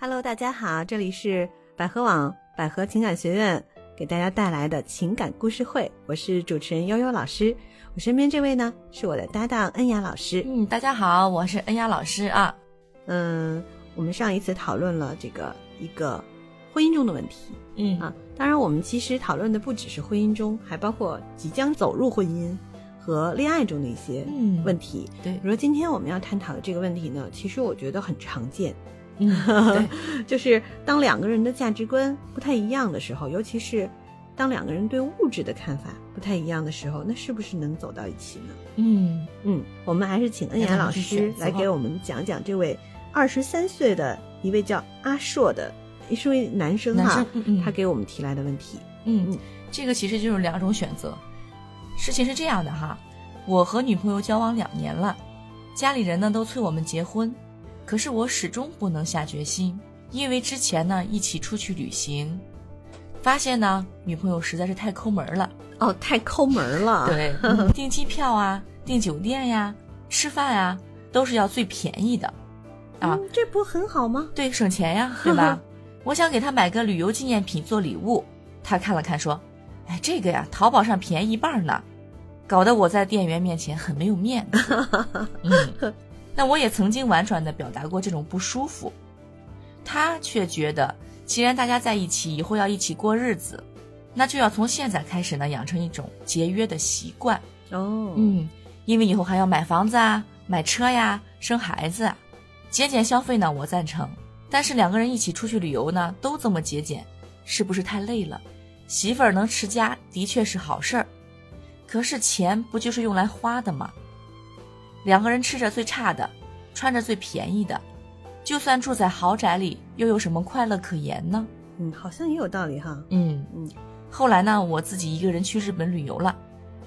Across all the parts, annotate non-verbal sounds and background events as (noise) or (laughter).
Hello，大家好，这里是百合网百合情感学院给大家带来的情感故事会，我是主持人悠悠老师。我身边这位呢，是我的搭档恩雅老师。嗯，大家好，我是恩雅老师啊。嗯，我们上一次讨论了这个一个婚姻中的问题嗯啊，当然我们其实讨论的不只是婚姻中，还包括即将走入婚姻和恋爱中的一些嗯问题。对比，如说今天我们要探讨的这个问题呢，其实我觉得很常见，嗯， (laughs) (laughs) 对，就是当两个人的价值观不太一样的时候，尤其是当两个人对物质的看法不太一样的时候，那是不是能走到一起呢？嗯，嗯，我们还是请恩那雅他们老是师选择来给我们讲讲这位二十三岁的一位叫阿硕的，是位男生男哈、生，嗯嗯，他给我们提来的问题。嗯，这个其实就是两种选择。事情是这样的哈，我和女朋友交往两年了，家里人呢都催我们结婚，可是我始终不能下决心，因为之前呢一起出去旅行，发现呢女朋友实在是太抠门了，哦，太抠门了。，对， (laughs) 订机票啊、订酒店呀、吃饭啊，都是要最便宜的，啊，嗯，这不很好吗？对，省钱呀，对吧？我想给他买个旅游纪念品做礼物，他看了看说：“哎，这个呀，淘宝上便宜一半呢。”搞得我在店员面前很没有面子。嗯，那我也曾经婉转地表达过这种不舒服，他却觉得，既然大家在一起，以后要一起过日子，那就要从现在开始呢，养成一种节约的习惯。哦，嗯，因为以后还要买房子啊、买车呀、生孩子啊，节俭消费呢，我赞成。但是两个人一起出去旅游呢，都这么节俭，是不是太累了？媳妇儿能持家的确是好事儿，可是钱不就是用来花的吗？两个人吃着最差的，穿着最便宜的，就算住在豪宅里，又有什么快乐可言呢？嗯，好像也有道理哈。嗯嗯，后来呢，我自己一个人去日本旅游了，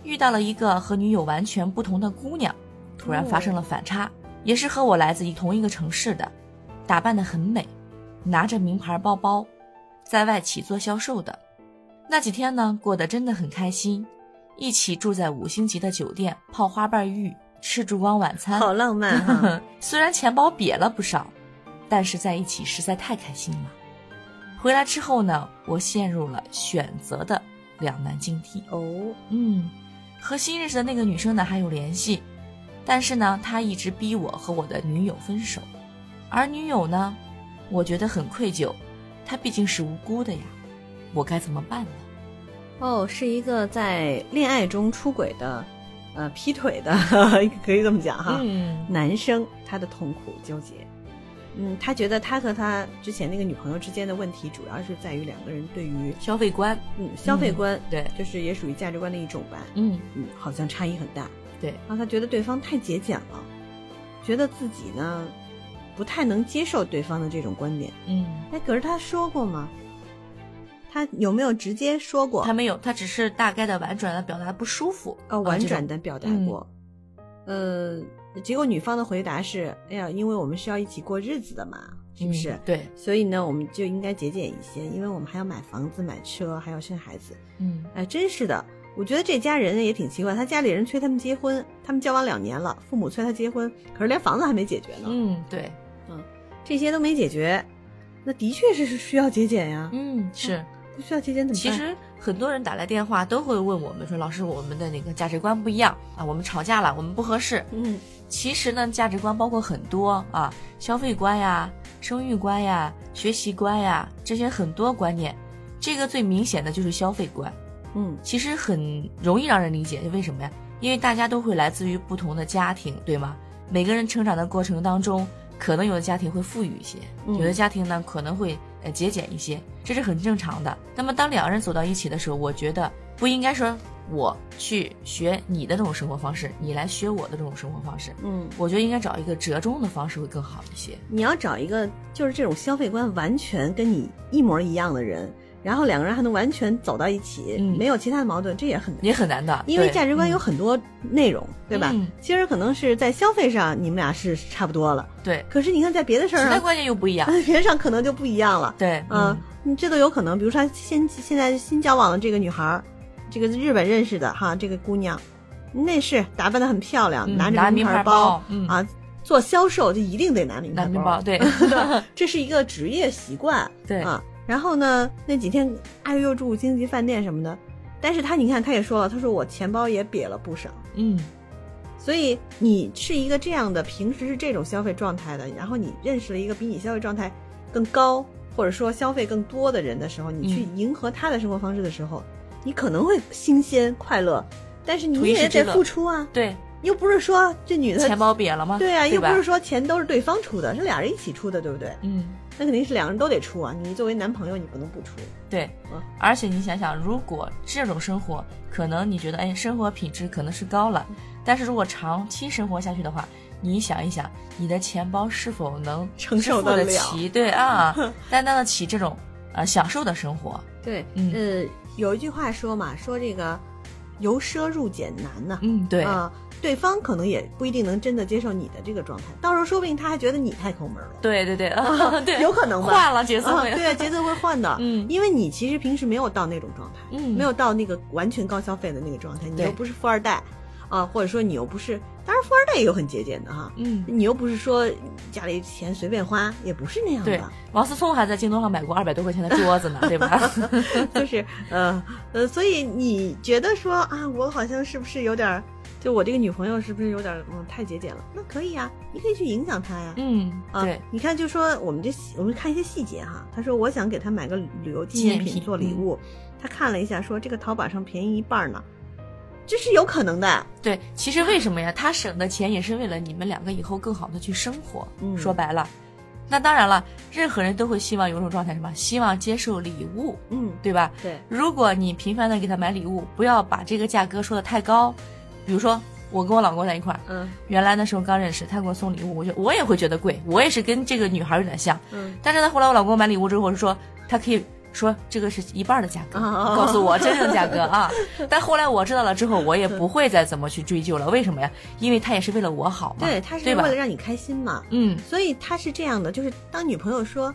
遇到了一个和女友完全不同的姑娘，突然发生了反差，也是和我来自于同一个城市的，打扮得很美，拿着名牌包包，在外企做销售的。那几天呢，过得真的很开心，一起住在五星级的酒店，泡花瓣浴，吃烛光晚 (laughs) 餐。好浪漫哈。 (laughs) 虽然钱包瘪了不少，但是在一起实在太开心了。回来之后呢，我陷入了选择的两难境地。哦，嗯，和新认识的那个女生呢还有联系，但是呢，她一直逼我和我的女友分手，而女友呢，我觉得很愧疚，她毕竟是无辜的呀，我该怎么办呢？哦，是一个在恋爱中出轨的，呃，劈腿的， (laughs) 可以这么讲哈。嗯男生他的痛苦纠结，嗯，他觉得他和他之前那个女朋友之间的问题，主要是在于两个人对于消费观，嗯消费观，对，就是也属于价值观的一种吧，嗯，嗯，好像差异很大。对然后他觉得对方太节俭了，觉得自己呢不太能接受对方的这种观点。嗯，哎，可是他说过吗？他有没有直接说过？嗯她没有，她只是大概的婉转的表达不舒服，哦，婉啊这种嗯转的表达过。呃，结果女方的回答是：“哎呀，因为我们是要一起过日子的嘛，是不是？嗯对，所以呢，我们就应该节俭一些，因为我们还要买房子、买车，还要生孩子。嗯哎，真是的，我觉得这家人也挺奇怪，他家里人催他们结婚，他们交往两年了，父母催他结婚，可是连房子还没解决呢，嗯，对，这些都没解决，那的确是是需要节俭呀。嗯是。不需要节俭怎么其办？实很多人打来电话都会问我们说，老师，我们的那个价值观不一样啊，我们吵架了，我们不合适。嗯，其实呢，价值观包括很多啊，消费观呀、生育观呀、学习观呀，这些很多观念。这个最明显的就是消费观，嗯其实很容易让人理解，为什么呀？因为大家都会来自于不同的家庭，对吗？每个人成长的过程当中，可能有的家庭会富裕一些，嗯有的家庭呢可能会呃节俭一些，这是很正常的。那么当两个人走到一起的时候，我觉得不应该说我去学你的这种生活方式，你来学我的这种生活方式。嗯，我觉得应该找一个折中的方式会更好一些。你要找一个就是这种消费观完全跟你一模一样的人，然后两个人还能完全走到一起，嗯没有其他的矛盾，这也很难。也很难的，因为对价值观有嗯很多内容，对吧？嗯其实可能是在消费上你们俩是差不多了，对可是你看在别的事儿时代啊上，观念又不一样， (laughs) 别的上可能就不一样了。对，嗯，你这都有可能。比如说他现现在新交往的这个女孩儿，这个日本认识的哈，这个姑娘，那是打扮的很漂亮，嗯拿着拿名名牌牌包嗯啊，做销售就一定得拿名牌拿面包，包，对 (laughs) 这是一个职业习惯。 (laughs) 对啊，然后呢，那几天阿月又住星级饭店什么的，但是他你看他也说了，他说我钱包也瘪了不少。嗯，所以你是一个这样的，平时是这种消费状态的，然后你认识了一个比你消费状态更高，或者说消费更多的人的时候，你嗯去迎合他的生活方式的时候，你可能会新鲜快乐，但是图你一时也之得乐付出啊，对，又不是说这女的钱包瘪了吗？对啊，又不吧是说钱都是对方出的，是俩人一起出的，对不对？嗯，那肯定是两人都得出啊，你作为男朋友你不能不出，对嗯。而且你想想，如果这种生活，可能你觉得哎，生活品质可能是高了，但是如果长期生活下去的话，你想一想，你的钱包是否能承受支付得得了起？对 (laughs) 啊，担当得起这种呃享受的生活？对，嗯呃，有一句话说嘛，说这个由奢入俭难呐、嗯，对，啊、对方可能也不一定能真的接受你的这个状态，到时候说不定他还觉得你太抠门了，对对对，啊， (laughs) 对，有可能吧？换了角色啊，会，对啊，节奏会换的， (laughs) 嗯因为你其实平时没有到那种状态，嗯没有到那个完全高消费的那个状态，你对又不是富二代，啊，或者说你又不是，当然富二代也有很节俭的哈，嗯，你又不是说家里钱随便花，也不是那样对的，，王思聪还在京东上买过二百多块钱的 (laughs) 桌子呢，对吧？就是呃呃，所以你觉得说啊，我好像是不是有点儿，就我这个女朋友是不是有点儿嗯太节俭了？那可以啊，你可以去影响她呀。嗯，啊对，，你看，就说我们这细我们看一些细节哈。他说我想给她买个旅游纪纪念念品品嗯做礼物，他看了一下说这个淘宝上便宜一半呢，这是有可能的。对，其实为什么呀？他省的钱也是为了你们两个以后更好的去生活。嗯说白了，那当然了，任何人都会希望有种状态，什么希望接受礼物，嗯，对吧？对，如果你频繁的给他买礼物，不要把这个价格说的太高。比如说，我跟我老公在一块儿，嗯原来那时候刚认识，他给我送礼物，我就我也会觉得贵，我也是跟这个女孩有点像。嗯，但是呢，后来我老公买礼物之后，我就说他可以说这个是一半的价格，哦告诉我真正价格 (laughs) 啊。但后来我知道了之后，我也不会再怎么去追究了。为什么呀？因为他也是为了我好嘛。对，他是啊对为吧了让你开心嘛。嗯，所以他是这样的，就是当女朋友说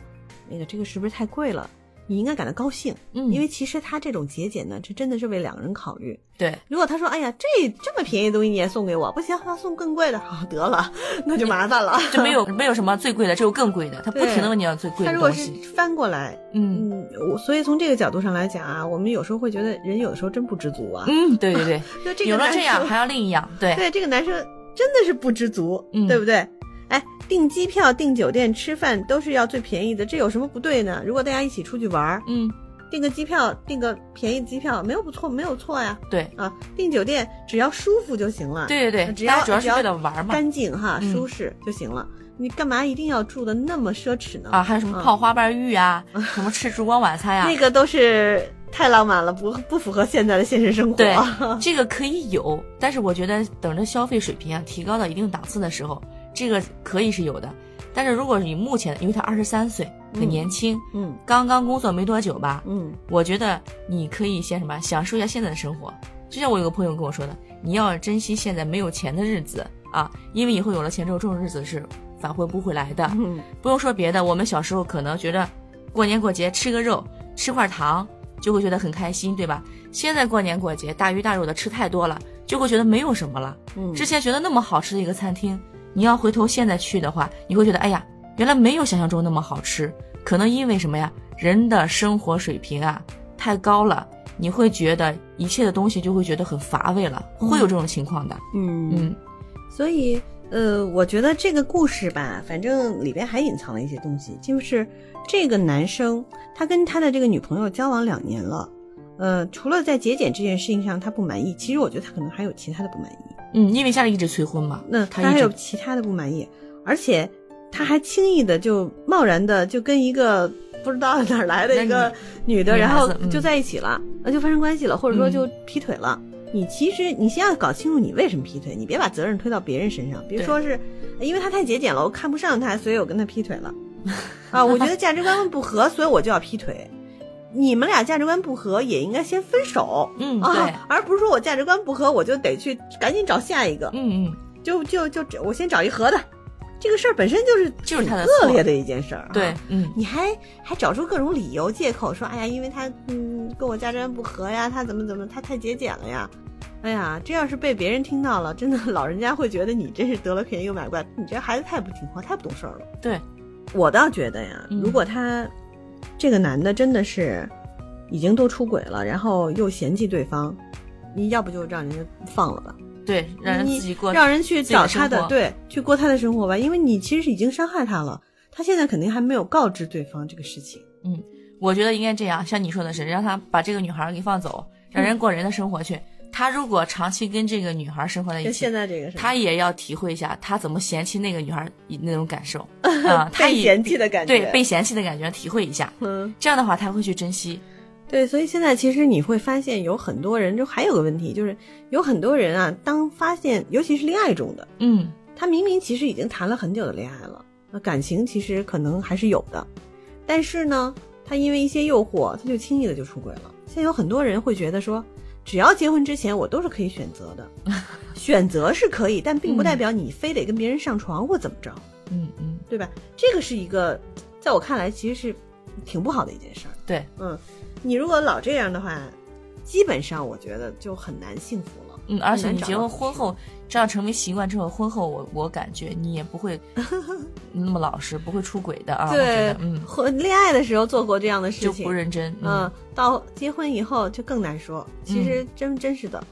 那个这个是不是太贵了，你应该感到高兴。嗯因为其实他这种节俭呢，这真的是为两个人考虑。对，如果他说，哎呀，这这么便宜的东西你也送给我，不行，那送更贵的，好得了，那就麻烦了。(laughs) 就没有没有什么最贵的，只有更贵的。他不对停的问你要最贵他的如果东是西。翻过来，嗯嗯，我所以从这个角度上来讲啊，我们有时候会觉得人有的时候真不知足啊。嗯，对对对，就 (laughs) 这个有了男这样生还要另一样，对对这个男生真的是不知足，嗯对不对？哎，订机票、订酒店、吃饭都是要最便宜的，这有什么不对呢？如果大家一起出去玩儿，嗯订个机票，订个便宜的机票，没有不错，没有错呀。对啊，订酒店只要舒服就行了，，对对只对，要大家主要只是要为了玩嘛。干净哈，嗯舒适就行了。你干嘛一定要住的那么奢侈呢？啊，还有什么泡花瓣浴啊，什么吃烛光晚餐呀、嗯那个都是太浪漫了，不不符合现在的现实生活。对，这个可以有，但是我觉得等着消费水平啊提高到一定档次的时候，这个可以是有的。但是如果你目前，因为他二十三岁，很嗯年轻， (laughs) 嗯刚刚工作没多久吧，嗯我觉得你可以先什么，享受一下现在的生活。就像我有个朋友跟我说的，你要珍惜现在没有钱的日子啊，因为以后有了钱之后，这种日子是返回不回来的。嗯不用说别的，我们小时候可能觉得过年过节吃个肉、吃块糖就会觉得很开心，对吧？现在过年过节大鱼大肉的吃太多了，就会觉得没有什么了。嗯，之前觉得那么好吃的一个餐厅，你要回头现在去的话，你会觉得哎呀，原来没有想象中那么好吃。可能因为什么呀？人的生活水平啊太高了，你会觉得一切的东西就会觉得很乏味了，会有这种情况的。嗯嗯所以，呃，我觉得这个故事吧，反正里边还隐藏了一些东西，就是这个男生他跟他的这个女朋友交往两年了，呃，除了在节俭这件事情上他不满意，其实我觉得他可能还有其他的不满意，嗯，因为家里一直催婚嘛，那他他一还直有其他的不满意，而且他还轻易的就贸然的就跟一个不知道哪儿来的一个女的，女然孩后子嗯就在一起了，那、就发生关系了，或者说就劈腿了。你其实你先要搞清楚你为什么劈腿，你别把责任推到别人身上，别对说是因为他太节俭了，我看不上他，所以我跟他劈腿 (laughs) 了。啊，我觉得价值观不合，所以我就要劈腿。你们俩价值观不合，也应该先分手。嗯 (laughs) 对，啊，而不是说我价值观不合，我就得去赶紧找下一个。嗯嗯。就就就只我先找一合的，这个事儿本身就是就是他的挺恶错劣的一件事儿、啊。对，，嗯，你还还找出各种理由借口说，哎呀，因为他嗯跟我价值观不合呀，他怎么怎么，他太节俭了呀。哎呀，这要是被别人听到了，真的老人家会觉得你真是得了便宜又买乖，你这孩子太不听话，太不懂事儿了。对，我倒觉得呀，嗯如果他、这个男的真的是已经都出轨了，然后又嫌弃对方，你要不就让人家放了吧，对，让人你自己过，让人去自己的找他生的，活对，去过他的生活吧，因为你其实已经伤害他了，他现在肯定还没有告知对方这个事情。我觉得应该这样，像你说的是，让他把这个女孩儿给放走，让人过人的生活去。他如果长期跟这个女孩儿生活在一就起现，在这个是吧他也要体会一下他怎么嫌弃那个女孩儿那种 (laughs) 感受啊，他被也嫌弃的感觉，对被嫌弃的感觉体会一下，嗯，这样的话他会去珍惜。对，所以现在其实你会发现有很多人，就还有个问题，就是有很多人啊，当发现尤其是恋爱中的，嗯，他明明其实已经谈了很久的恋爱了，那感情其实可能还是有的，但是呢，他因为一些诱惑，他就轻易的就出轨了。现在有很多人会觉得说，只要结婚之前我都是可以选择的， (laughs) 选择是可以，但并不代表你非得跟别人上床或怎么着，嗯嗯，对吧？这个是一个，在我看来其实是挺不好的一件事儿。对，嗯，你如果老这样的话，基本上我觉得就很难幸福了。嗯，而且很难你找结到婚合婚适后，这样成为习惯之后，婚后我我感觉你也不 (laughs) 会那么老实，不会出轨的啊。我觉对得，嗯，和恋爱的时候做过这样的事就情，不认真。嗯，到结婚以后就更难说。其实真、真是的，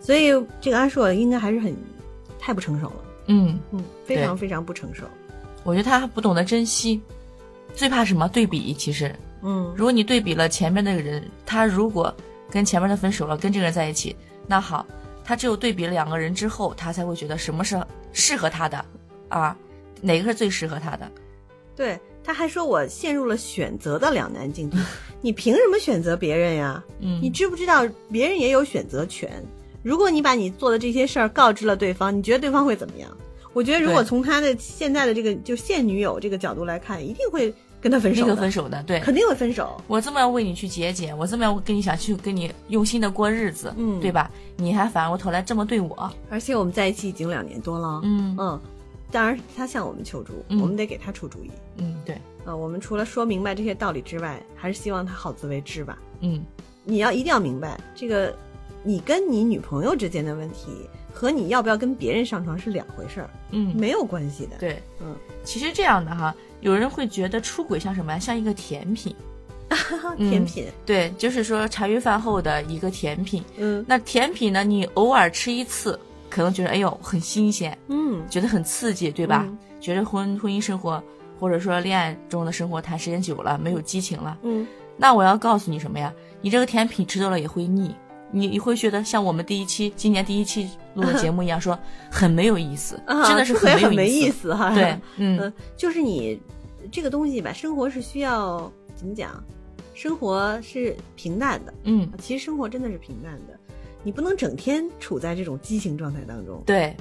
所以这个阿硕应该还是很太不成熟了，嗯，嗯，非常对非常不成熟。我觉得他还不懂得珍惜，最怕什么对比？其实，嗯，如果你对比了前面那个人，他如果跟前面的分手了，跟这个人在一起，那好，他只有对比了两个人之后，他才会觉得什么是适合他的，啊，哪个是最适合他的？对，他还说我陷入了选择的两难 (laughs) 境地，你凭什么选择别人呀？嗯，你知不知道别人也有选择权？如果你把你做的这些事儿告知了对方，你觉得对方会怎么样？我觉得如果对从他的现在的这个就现女友这个角度来看，一定会跟他分那手个的，分手的，对。肯定会分手。我这么为你去节俭，我这么要跟你想去跟你用心的过日子，嗯对吧？你还反过头来这么对我，而且我们在一起已经两年多了，嗯嗯，当然他向我们求助，嗯我们得给他出主意嗯，对，啊、我们除了说明白这些道理之外，还是希望他好自为之吧。嗯你要一定要明白，这个你跟你女朋友之间的问题和你要不要跟别人上床是两回事儿，嗯，没有关系的。，对，嗯，其实这样的哈，有人会觉得出轨像什么呀？像一个甜品，嗯甜品，对，就是说茶余饭后的一个甜品。嗯那甜品呢，你偶尔吃一次，可能觉得哎呦很新鲜，嗯，觉得很刺激，对吧？嗯觉得婚婚姻生活或者说恋爱中的生活谈时间久了没有激情了，嗯，那我要告诉你什么呀？你这个甜品吃多了也会腻，你你会觉得像我们第一期今年第一期录的节目一样，说 (laughs) 很没有意思，啊真的是出轨很很没意意思。思哈。对，嗯嗯，就是你这个东西吧，生活是需要怎么讲？生活是平淡的，嗯，其实生活真的是平淡的，你不能整天处在这种激情状态当中。对，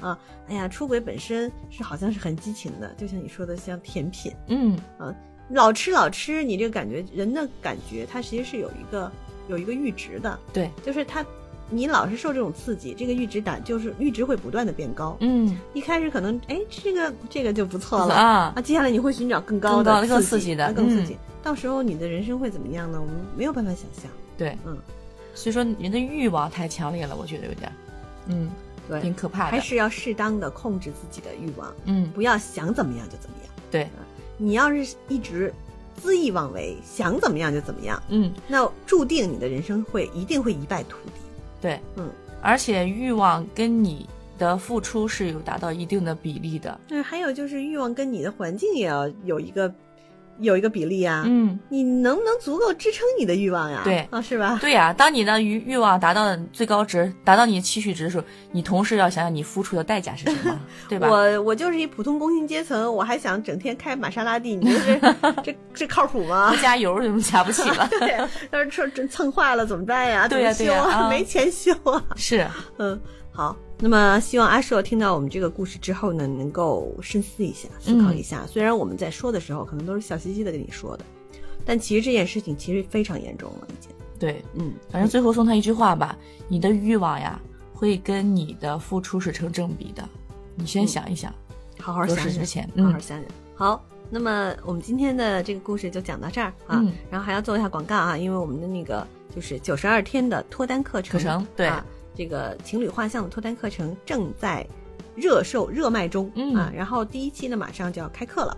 哎呀，出轨本身是好像是很激情的，就像你说的，像甜品，嗯。老吃老吃，你这个感觉，人的感觉，它其实是有一个有一个阈值的，对，就是它，你老是受这种刺激，这个阈值打就是阈值会不断的变高。嗯，一开始可能哎，这个这个就不错了。啊，啊，接下来你会寻找更高更高的、的更刺刺激的啊更刺嗯激。到时候你的人生会怎么样呢？我们没有办法想象。对，嗯，所以说人的欲望太强烈了，我觉得有点儿，嗯，对，挺可怕还的。是要适当的控制自己的欲望，嗯，不要想怎么样就怎么样。对，你要是一直恣意妄为，想怎么样就怎么样，嗯，那注定你的人生会一定会一败涂地。对，嗯，而且欲望跟你的付出是有达到一定的比例的。那嗯还有就是欲望跟你的环境也要有一个有一个比例啊。嗯，你能不能足够支撑你的欲望呀？对啊，是吧？对呀、当你的欲欲望达到最高值，达到你的期许值的时候，你同时要想想你付出的代价是什 (laughs) 么，对吧？我我就是一普通工薪阶层，我还想整天开玛莎拉蒂，你觉 (laughs) 得这这这靠谱吗 (laughs) 不？加油怎么加不起了？ (laughs) 对，要是车真蹭坏了怎么办呀？对呀怎么修对呀啊没钱修啊。是，嗯，好。那么希望阿硕听到我们这个故事之后呢，能够深思一下，思考一下。嗯虽然我们在说的时候，可能都是笑嘻嘻的跟你说的，但其实这件事情其实非常严重了，已经。对，嗯，反正最后送他一句话吧：你的欲望呀，会跟你的付出是成正比的。你先嗯想一想，好好做想事想之，前，好嗯好，想想。好，那么我们今天的这个故事就讲到这儿啊。嗯然后还要做一下广告啊，因为我们的那个就是九十二天的脱单课程，课程对啊这个情侣画像的脱单课程正在热售热卖中、嗯啊，然后第一期呢马上就要开课了。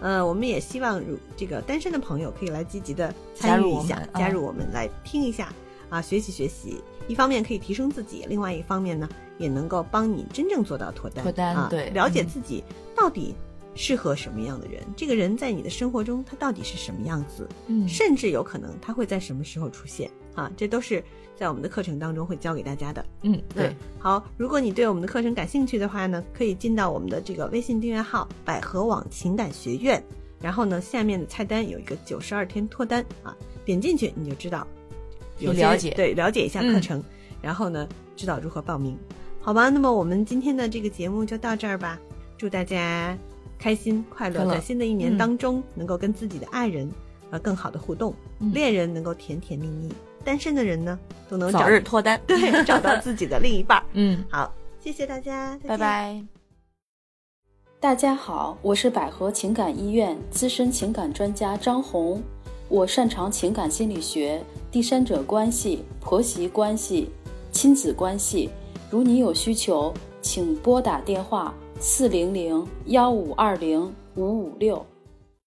呃，我们也希望如这个单身的朋友可以来积极的参与一下，加加入我们啊入我们来听一下啊，学习学习。一方面可以提升自己，另外一方面呢，也能够帮你真正做到脱单。脱单啊、对了解嗯自己到底适合什么样的人，这个人在你的生活中他到底是什么样子，嗯，甚至有可能他会在什么时候出现啊，这都是在我们的课程当中会教给大家的。嗯，对嗯，，好，如果你对我们的课程感兴趣的话呢，可以进到我们的这个微信订阅号“百合网情感学院”，然后呢，下面的菜单有一个九十二天脱单啊，点进去你就知道，有些了解嗯对了解一下课程，然后呢，知道如何报名，好吧？那么我们今天的这个节目就到这儿吧，祝大家开心快乐，快乐在新的一年嗯当中能够跟自己的爱人呃更好的互动，嗯恋人能够甜甜蜜蜜，单身的人呢都能早找日脱单，对，找到自己的另一半儿。嗯，好，谢谢大家，再拜见。拜。大家好，我是百合情感医院资深情感专家张红，我擅长情感心理学、第三者关系、婆媳关系、亲子关系。如你有需求，请拨打电话四零零幺五二零五五六。